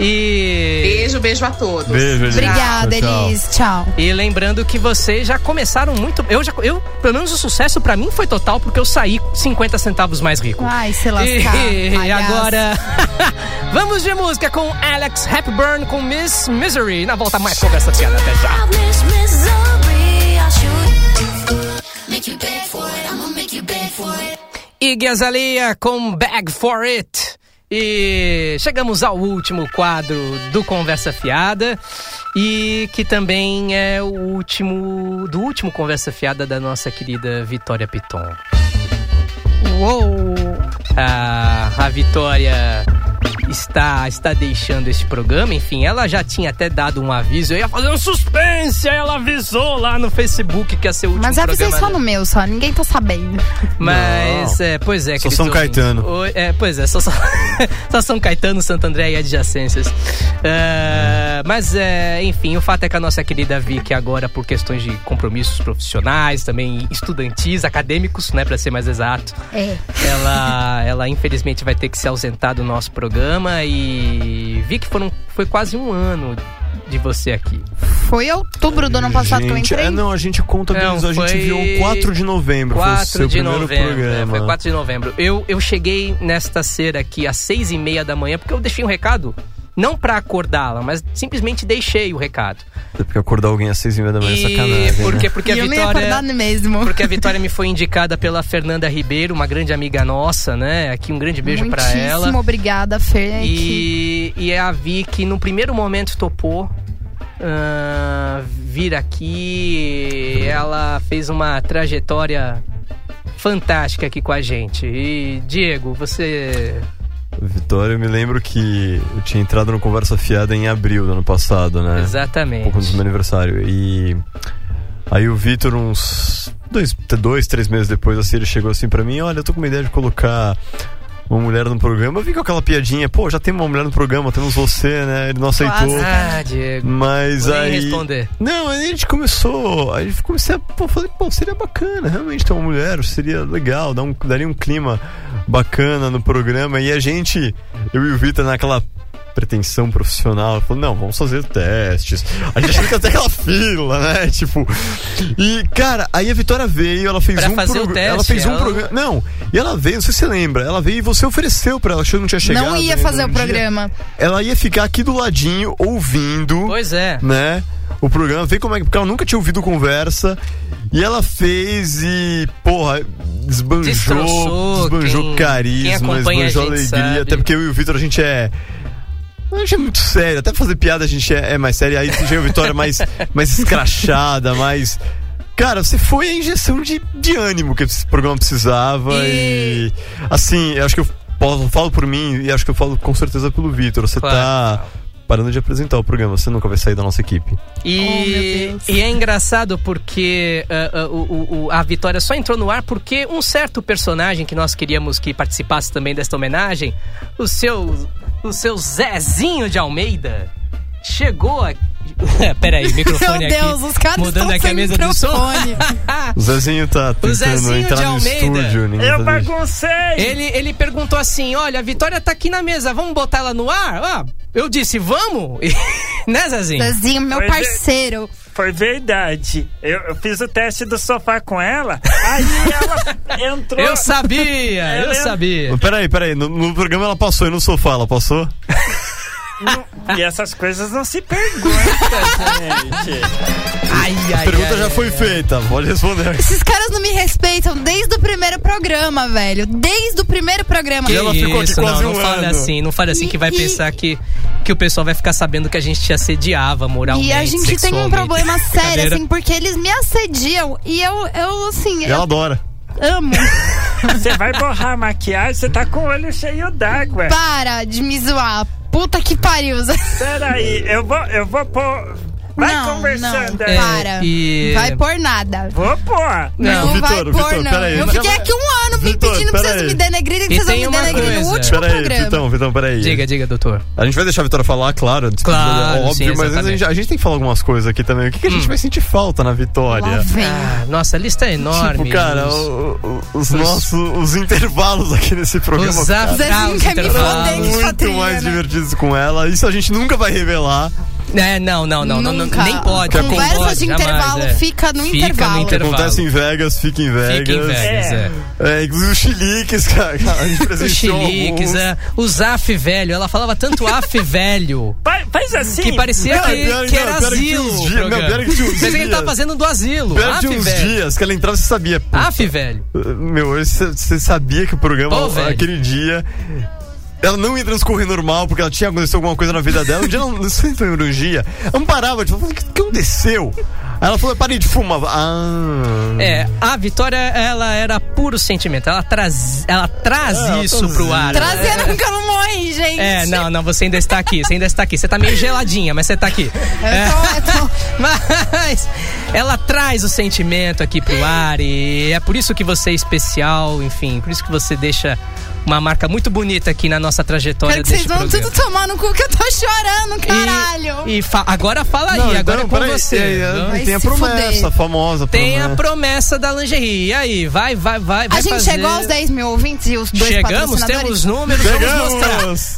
S1: E
S6: Beijo, beijo a todos.
S4: Beijo, Elis.
S5: Obrigada,
S4: Tchau.
S5: Elis. Tchau.
S1: E lembrando que vocês já começaram muito, eu já eu, pelo menos o sucesso pra mim foi total porque eu saí 50 centavos mais rico.
S5: Ai, se
S1: E,
S5: lascar.
S1: e
S5: palhaço.
S1: agora vamos de música com Alex Hepburn com Miss Misery. Na volta mais conversa piada até já.
S8: I'll miss misery. I'll shoot. Make you beg for it. I'ma make you beg for it.
S1: Iggy Azalea com Bag For It. E chegamos ao último quadro do Conversa Fiada e que também é o último do último Conversa Fiada da nossa querida Vitória Piton.
S5: Uou.
S1: a, a Vitória está, está deixando esse programa. Enfim, ela já tinha até dado um aviso. Eu ia fazer um suspense. aí Ela avisou lá no Facebook que ia ser o último
S5: Mas avisei
S1: programa.
S5: só no meu, só. Ninguém tá sabendo.
S1: Mas, é, pois é.
S4: Só
S1: queridos
S4: São
S1: ouvintes.
S4: Caetano.
S1: Oi, é, pois é, só, só, só São Caetano, Santo André e adjacências. É, mas, é, enfim, o fato é que a nossa querida Vicky agora, por questões de compromissos profissionais, também estudantis, acadêmicos, né, pra ser mais exato,
S5: É.
S1: ela, ela infelizmente vai ter que se ausentar do nosso programa e vi que foram, foi quase um ano de você aqui.
S5: Foi outubro do ano passado que eu
S4: Gente,
S5: entrei.
S4: é, não, a gente contabilizou,
S1: Não,
S4: a
S1: foi
S4: gente viu 4 de novembro. foi o
S1: 4
S4: seu
S1: de
S4: primeiro
S1: novembro. é,
S4: programa.
S1: foi 4 de novembro. Eu, eu cheguei nesta cera aqui às 6 e meia da manhã, porque eu deixei um recado. Não pra acordá-la, mas simplesmente deixei o recado.
S4: Até É Porque acordar alguém às 6 e meia da manhã é
S1: E
S4: sacanagem.
S1: porque, porque a
S5: e eu nem ia acordar
S1: Vitória.
S5: mesmo.
S1: Porque a Vitória me foi indicada pela Fernanda Ribeiro, uma grande amiga nossa, né? Aqui um grande beijo pra
S5: Muitíssimo
S1: ela.
S5: obrigada, Fer. É que-
S1: E, e a Vi que no primeiro momento topou ah, vir aqui. Ela fez uma trajetória fantástica aqui com a gente. E, Diego,
S4: É, um
S1: você.
S4: Vitória, eu me lembro que eu tinha entrado no Conversa Fiada em abril do ano passado, né? Um pouco antes do meu
S1: Exatamente.
S4: aniversário. E aí o Vitor, uns dois, dois, três meses depois, assim, ele chegou assim pra mim, olha, eu tô com uma ideia de colocar uma mulher no programa. Eu vi com aquela piadinha, pô, já tem uma mulher no programa, temos você, né? Ele não aceitou.
S1: Ah, Diego.
S4: Mas
S1: Vou nem
S4: aí.
S1: responder.
S4: Não, aí a gente começou. Aí eu comecei a. Pô, falei, pô, seria bacana, realmente ter uma mulher, seria legal, dar um, daria um clima bacana no programa. E a gente, eu e o Vitor, naquela pretensão profissional, falou, não, vamos fazer testes. A gente fica até aquela fila, né? Tipo. E, cara, aí a Vitória veio, ela fez
S1: Pra
S4: um
S1: fazer o
S4: prog-
S1: teste,
S4: Ela fez um
S1: ela-
S4: programa. Não, e ela veio, não sei se você lembra, ela veio e você ofereceu pra ela, achou que não tinha chegado.
S5: não ia
S4: ainda
S5: fazer
S4: um
S5: o
S4: dia.
S5: programa.
S4: Ela ia ficar aqui do ladinho, ouvindo
S1: Pois é.
S4: né? O programa, vê como é que. Porque ela nunca tinha ouvido conversa. E ela fez e, porra,
S1: Destroçou,
S4: desbanjou, desbanjou
S1: quem- quem
S4: carisma,
S1: acompanha a
S4: desbanjou
S1: gente
S4: alegria.
S1: sabe.
S4: Até porque eu e o Vitor, a gente é. A gente é muito sério, até fazer piada a gente é, é mais sério. Aí chega a Vitória mais, mais escrachada, mais. Cara, você foi a injeção de, de ânimo que esse programa precisava. E. Assim, eu acho que eu posso- falo por mim e acho que eu falo com certeza pelo Vitor. Você
S1: Claro.
S4: tá parando de apresentar o programa, você nunca vai sair da nossa equipe.
S1: E,
S5: Oh, meu Deus.
S1: e é engraçado porque ah, ah, o- o- o- a Vitória só entrou no ar porque um certo personagem que nós queríamos que participasse também desta homenagem, o seu, o seu Zezinho de Almeida, chegou aqui. Peraí, microfone
S5: Meu
S1: aqui.
S5: Deus, os caras
S1: mudando
S5: estão
S1: aqui a
S5: sem
S1: mesa do som.
S5: microfone.
S4: O Zezinho tá
S1: O
S4: tentando
S1: Zezinho de
S4: entrar no
S1: Almeida.
S4: estúdio. ninguém tá deixando.
S1: Ele, ele perguntou assim: olha, a Vitória tá aqui na mesa, vamos botar ela no ar? Ah, eu disse, vamos? né, Zezinho?
S5: Zezinho, meu
S9: Pois é.
S5: parceiro.
S9: Foi verdade. Eu, eu fiz o teste do sofá com ela, aí ela entrou.
S1: Eu sabia, eu
S9: Ela-
S5: É, né?
S1: sabia.
S4: Peraí, peraí, no, no programa ela passou e no sofá ela passou?
S9: Não- e essas coisas não se perguntam, gente.
S1: Ai,
S4: A pergunta já foi feita, pode responder.
S5: Esses caras não me respeitam desde o primeiro programa, velho. Desde o primeiro programa.
S1: Que
S4: ela ficou aqui
S1: isso,
S4: quase
S1: não,
S4: um
S1: não fale
S4: ano.
S1: assim, não fale assim que vai
S5: E- e-
S1: pensar que, que o pessoal vai ficar sabendo que a gente te assediava moralmente,
S5: E a gente tem um
S1: sexualmente.
S5: problema sério,
S1: Brincadeira.
S5: assim, porque eles me assediam e eu, eu assim,
S1: é
S4: Ela adora.
S1: um
S5: eu amo.
S9: Você vai borrar a maquiagem, você tá com o olho cheio d'água.
S5: Para de me zoar. Puta que pariu. Zé.
S9: Peraí, eu vou, eu vou pôr. Vai
S5: não,
S9: conversando.
S5: Não,
S1: É.
S9: aí.
S5: para.
S1: e-
S5: Vai por nada.
S9: Vou pôr.
S5: Não,
S1: Não,
S5: vai
S4: Vitor,
S5: pôr,
S4: Vitor,
S5: não.
S4: peraí.
S5: eu fiquei aqui um ano me
S4: Vitor,
S5: pedindo pra vocês
S4: peraí.
S5: me denegrirem, que
S1: E
S5: vocês vão
S1: tem
S5: me
S1: uma
S5: denegrir no
S1: coisa.
S5: último
S4: Peraí,
S5: programa.
S4: Vitão, Vitão, peraí.
S1: Diga, diga, doutor.
S4: A gente vai deixar a Vitória falar, claro. tipo,
S1: Claro,
S4: óbvio,
S1: sim,
S4: mas a gente,
S1: exatamente. Hum.
S4: a gente tem que falar algumas coisas aqui também. O que, que a gente vai sentir falta na
S5: Lá
S4: Vitória?
S5: vem.
S1: Ah, nossa, a lista é enorme.
S4: Tipo, cara,
S1: os-
S4: o- o- os nossos os intervalos aqui nesse programa.
S1: Os
S4: cara,
S5: Zezinho
S1: afraus
S5: quer me foder,
S1: intervalos.
S5: que
S4: muito
S5: Patrícia,
S4: mais
S5: né?
S4: divertidos com ela. Isso a gente nunca vai revelar.
S1: É, não, não, não, não, não,
S5: Nunca.
S1: nem pode. não
S5: Conversa
S1: pode,
S5: de
S1: jamais,
S5: intervalo,
S1: é.
S5: fica no
S1: Fica
S5: intervalo.
S1: no
S4: O que
S1: intervalo.
S4: acontece em Vegas, fica em Vegas.
S1: Fica em Vegas, é.
S4: É, inclusive o Chiliques, cara. A gente
S1: Os
S4: presenciou um-
S1: chiliques,
S4: alguns.
S1: é. Os af velho. Ela falava tanto af velho.
S9: Fa- Faz assim.
S1: Que parecia
S4: Não,
S1: que,
S4: pior que
S1: que
S4: não,
S1: era
S4: pior que tinha
S1: asilo.
S4: uns
S1: o
S4: dias- não,
S1: programa.
S4: pior que tinha uns
S1: Pensei que ele
S4: dias.
S1: tava fazendo do asilo.
S4: Perde
S1: af
S4: uns
S1: velho.
S4: dias que ela entrava e você sabia. pô,
S1: Af velho.
S4: Meu, você você sabia que o programa,
S1: Pô, velho.
S4: aquele dia. Ela não ia transcorrer normal, porque ela tinha acontecido alguma coisa na vida dela. Um dia ela não sei se foi um dia. Ela não parava, tipo, o que, que aconteceu? Aí ela falou, parei de fumar. Ah.
S1: É, a Vitória, ela era puro sentimento. Ela traz, ela traz
S4: Ah, ela
S1: isso pro ar.
S5: Trazendo um que eu não morri, gente.
S1: É, não, não, você ainda está aqui, você ainda está aqui. Você tá meio geladinha, mas você tá aqui.
S4: É
S5: Eu tô- eu tô-
S1: Mas ela traz o sentimento aqui pro ar e é por isso que você é especial, enfim, por isso que você deixa uma marca muito bonita aqui na nossa trajetória
S5: Quero é que vocês
S1: deste
S5: vão
S1: programa.
S5: tudo tomar no cu que eu tô chorando, caralho.
S1: E, e fa- agora fala aí,
S4: Não, então
S1: agora é com
S4: peraí,
S1: você.
S4: é, é,
S1: Vamos-
S5: Vai
S4: tem a
S5: se
S4: promessa
S5: fuder.
S4: famosa.
S1: Tem a
S4: promessa.
S1: promessa da lingerie. E aí, vai, vai, vai.
S5: a
S1: vai
S5: gente
S1: fazer.
S5: chegou aos 10 mil ouvintes e os dois
S1: Chegamos,
S5: patrocinadores.
S1: temos números,
S4: Chegamos!
S1: vamos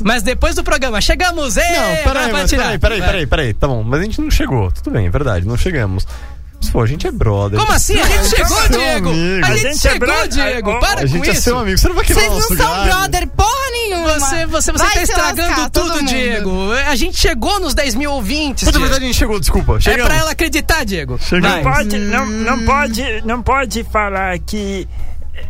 S1: mostrar. Mas depois do programa, chegamos, ei!
S4: Não,
S1: agora
S4: peraí,
S1: É, vai
S4: mas
S1: tirar.
S4: peraí, peraí,
S1: Vai.
S4: peraí, peraí. Tá bom, mas a gente não chegou. Tudo bem, é verdade, não chegamos. Mas, pô, a gente é brother.
S1: Como assim? A gente chegou,
S4: seu
S1: Diego!
S4: amigo.
S1: A
S4: A
S1: gente
S9: gente é
S1: chegou,
S9: bra-
S1: Diego!
S9: a-
S1: Para
S4: A
S1: com
S4: gente é seu
S1: isso!
S4: amigo, você não vai quebrar
S5: Vocês
S4: o
S5: não
S4: nosso
S5: são
S4: galho.
S5: brother porra nenhuma.
S1: Você, você, você
S5: Vai
S1: tá
S5: se
S1: estragando
S5: lascar, todo
S1: tudo,
S5: mundo.
S1: Diego! A gente chegou nos 10 mil ouvintes.
S4: Puta, na
S1: Diego.
S4: verdade a gente chegou, desculpa.
S1: É
S4: Chegamos.
S1: pra ela acreditar, Diego!
S4: Chegamos.
S9: Não pode, não, não pode, não pode falar que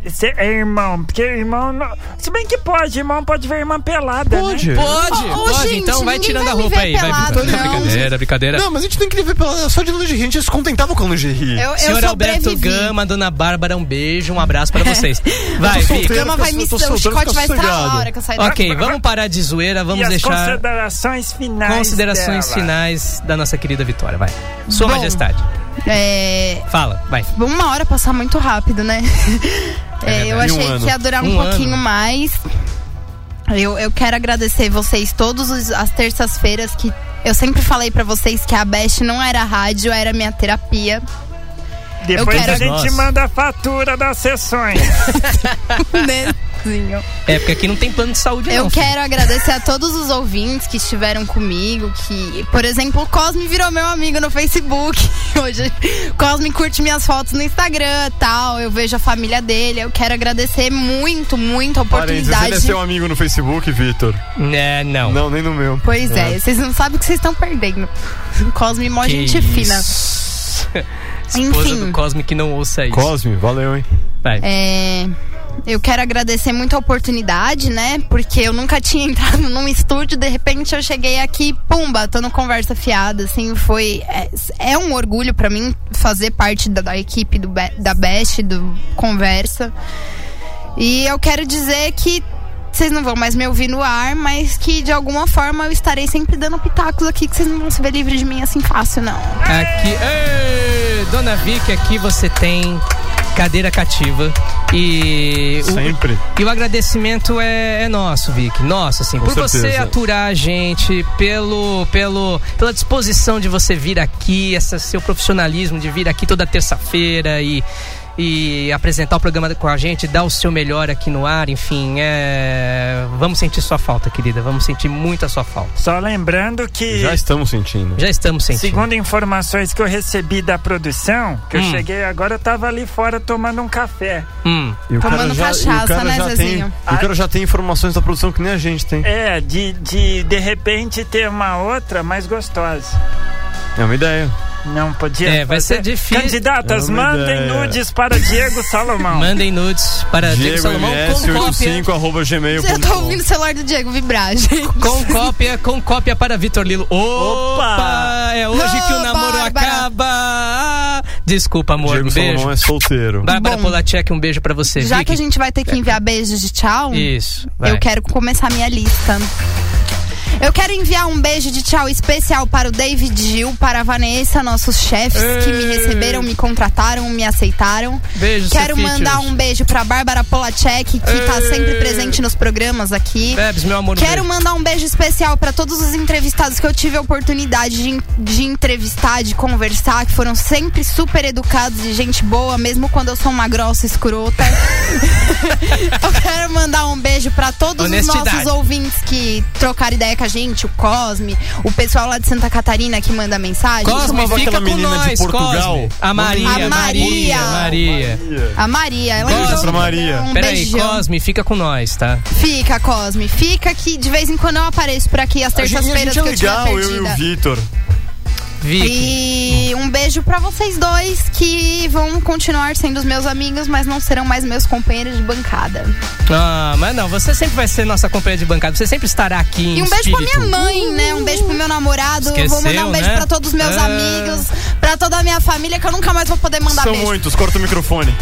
S9: você é irmão, porque irmão não. Se bem que pode, irmão pode ver irmã pelada. né?
S4: Pode.
S1: Pode,
S5: Ô, ô,
S1: pode,
S5: gente,
S1: então vai
S5: ninguém
S1: tirando
S5: vai
S1: a
S5: me
S1: roupa
S5: ver
S1: aí, vai.
S5: pelado,
S1: Vitória.
S5: não.
S1: brincadeira.
S4: Não, mas a gente não queria ver pela, só de lingerie, a gente se contentava com lingerie.
S5: Eu, eu
S1: Senhor
S5: sobrevivi.
S1: Alberto Gama, Dona Bárbara, um beijo, um abraço pra vocês. Vai,
S4: Eu tô
S1: Vic.
S4: solteiro.
S5: Gama vai me...
S4: Tô
S5: O
S4: solteiro,
S5: chicote
S4: fica
S5: vai estralar a
S4: sossegado.
S5: hora que eu sair da-
S1: Ok, vamos parar de zoeira,
S9: E
S1: vamos
S9: as
S1: deixar
S9: considerações finais.
S1: considerações
S9: dela.
S1: finais da nossa querida Vitória, vai. Sua
S5: Bom.
S1: Majestade,
S5: É...
S1: fala, vai.
S5: Uma hora passar muito rápido, né? É, eu
S4: verdade.
S5: achei
S4: Um ano.
S5: que ia durar um,
S1: Um
S5: pouquinho
S1: ano.
S5: mais. Eu, eu quero agradecer vocês todas os- as terças-feiras que eu sempre falei pra vocês que a Best não era rádio, era minha terapia.
S9: Depois
S5: quero-
S9: a gente
S1: Nossa.
S9: manda a fatura das sessões.
S5: Nezinho.
S1: É, porque aqui não tem plano de saúde,
S5: Né? Eu
S1: não. filho.
S5: quero agradecer a todos os ouvintes que estiveram comigo, que, por exemplo, o Cosme virou meu amigo no Facebook. Hoje, o Cosme curte minhas fotos no Instagram, tal. Eu vejo a família dele. Eu quero agradecer muito, muito a
S4: Parênteses, ele é
S5: oportunidade.
S4: seu amigo no Facebook, Vitor.
S1: É, não.
S4: Não, nem no meu.
S5: Pois é, vocês não sabem o que vocês estão perdendo. O Cosme mó
S1: Que
S5: gente é
S1: isso.
S5: fina.
S1: Esposa
S5: Enfim.
S1: do Cosme que não ouça isso.
S4: Cosme, valeu, hein?
S1: Vai.
S5: É, eu quero agradecer muito a oportunidade, né? Porque eu nunca tinha entrado num estúdio, de repente eu cheguei aqui, e, pumba, tô no conversa fiada, assim, foi é, é um orgulho pra mim fazer parte da, da equipe do Be- da Best, do Conversa. E eu quero dizer que vocês não vão mais me ouvir no ar, mas que de alguma forma eu estarei sempre dando pitacos aqui, que vocês não vão se ver livre de mim assim fácil, não.
S1: Aqui, Ê, Dona Vic, aqui você tem cadeira cativa e o-
S4: Sempre.
S1: E o agradecimento é, é nosso, Vic. Nosso, assim.
S4: Com
S1: por você
S4: certeza.
S1: aturar a gente, pelo, pelo, pela disposição de você vir aqui, esse seu profissionalismo de vir aqui toda terça-feira e. e apresentar o programa com a gente, dar o seu melhor aqui no ar, enfim, é... vamos sentir sua falta, querida, vamos sentir muito a sua falta.
S9: Só lembrando que.
S4: Já estamos sentindo.
S1: Já estamos sentindo.
S9: Segundo informações que eu recebi da produção, que eu
S1: Hum.
S9: cheguei agora, eu tava ali fora tomando um café.
S1: Hum.
S4: E o
S5: Tomando cachaça, né,
S4: já tem,
S5: Zezinho?
S4: e o cara já tem informações da produção que nem a gente tem.
S9: É, de de, de repente ter uma outra mais gostosa.
S4: É uma ideia.
S9: Não podia.
S1: É, vai ser difícil.
S9: Candidatas,
S4: É uma
S9: mandem
S4: ideia.
S9: nudes para Diego Salomão.
S1: Mandem nudes
S5: É,
S1: para Diego Salomão com cópia.
S5: Eu tô tá ouvindo o celular do Diego vibrar, gente.
S1: Com cópia, com cópia para Vitor Lilo. Opa!
S9: Opa!
S1: É hoje que o
S5: Ô,
S1: namoro
S5: Bárbara!
S1: acaba! Desculpa, amor,
S4: Diego
S1: um beijo.
S4: Salomão é solteiro.
S1: Bárbara
S5: Bom,
S1: Polacek, um beijo pra você.
S5: Já
S1: Vicky.
S5: que a gente vai ter que enviar beijos de tchau,
S1: Isso, vai.
S5: eu quero começar minha lista. Eu quero enviar um beijo de tchau especial para o David Gil, para a Vanessa, nossos chefes que me receberam, me contrataram, me aceitaram.
S1: Beijo,
S5: Quero
S1: Cefitos.
S5: mandar um beijo para a Bárbara Polacek, que está sempre presente nos programas aqui.
S1: Bebes, meu amor. um
S5: Quero
S1: beijo.
S5: mandar um beijo especial para todos os entrevistados que eu tive a oportunidade de, de entrevistar, de conversar, que foram sempre super educados, de gente boa, mesmo quando eu sou uma grossa escrota. eu quero mandar um beijo para todos os
S1: Honestidade.
S5: nossos ouvintes que trocaram ideia com a gente, o Cosme, o pessoal lá de Santa Catarina que manda mensagem.
S1: Cosme,
S4: chamava
S1: fica
S4: aquela
S1: com
S4: menina de
S1: nós,
S4: Portugal?
S1: Cosme. A Maria,
S5: A
S1: Maria,
S5: Maria.
S1: Maria.
S5: A Maria, ela
S1: Beijo
S5: mandou
S4: pra
S5: um-
S4: Maria.
S5: Um
S1: Peraí,
S5: beijão.
S1: Cosme, fica com nós, tá?
S5: Fica, Cosme. Fica que de vez em quando eu apareço por aqui às
S4: A gente, a
S5: terças-feiras
S4: gente
S5: que
S4: é
S5: eu tiver
S4: legal, eu e
S5: perdida.
S4: o Vitor.
S1: Vicky.
S5: E um beijo pra vocês dois que vão continuar sendo os meus amigos, mas não serão mais meus companheiros de bancada.
S1: Ah, mas não, você sempre vai ser nossa companheira de bancada. Você sempre estará aqui em
S5: E um beijo pra
S1: espírito.
S5: minha mãe, né? Um beijo pro meu namorado. Eu
S1: Esqueceu,
S5: vou mandar um beijo
S1: né?
S5: pra todos os meus
S1: Ah.
S5: amigos, pra toda a minha família, que eu nunca mais vou poder mandar
S4: São
S5: beijo.
S4: muitos, corta o microfone.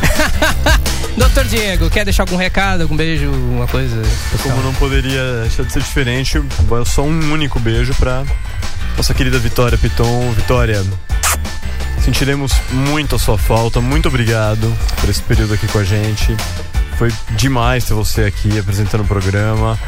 S1: Doutor Diego, quer deixar algum recado, algum beijo, alguma coisa?
S4: Como não poderia deixar de ser diferente, vai só um único beijo pra nossa querida Vitória Piton. Vitória, sentiremos muito a sua falta. Muito obrigado por esse período aqui com a gente. Foi demais ter você aqui apresentando o programa.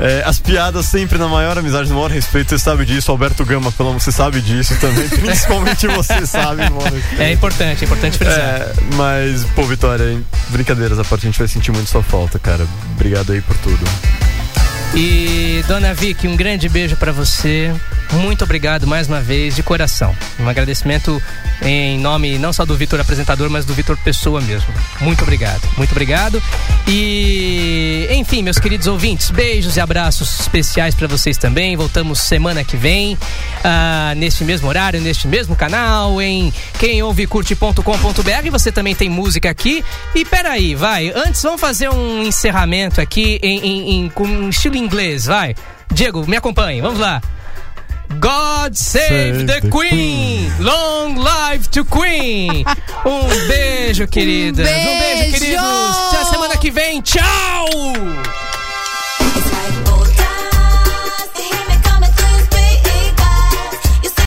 S4: É, as piadas sempre na maior amizade, no maior respeito, você sabe disso. Alberto Gama, pelo amor, você sabe disso também. Principalmente você sabe, mano.
S1: É importante, é importante frisar.
S4: É, mas, pô, Vitória, hein, brincadeiras à parte, a gente vai sentir muito sua falta, cara. Obrigado aí por tudo.
S1: E, dona Vicky, um grande beijo pra você. Muito obrigado mais uma vez, de coração. Um agradecimento em nome não só do Vitor apresentador, mas do Vitor Pessoa mesmo. Muito obrigado, muito obrigado. E, enfim, meus queridos ouvintes, beijos e abraços especiais pra vocês também. Voltamos semana que vem, ah, neste mesmo horário, neste mesmo canal, em quemouvecurte.com.br. Você também tem música aqui. E peraí, vai. Antes, vamos fazer um encerramento aqui em, em- em- com um estilo inglês, vai. Diego, me acompanhe, vamos lá. God save,
S4: Save
S1: the,
S4: the
S1: Queen. Long live to Queen! Um beijo, queridas! Um beijo,
S5: beijo!
S1: queridos! Até semana que vem! Tchau!
S8: oh, eh,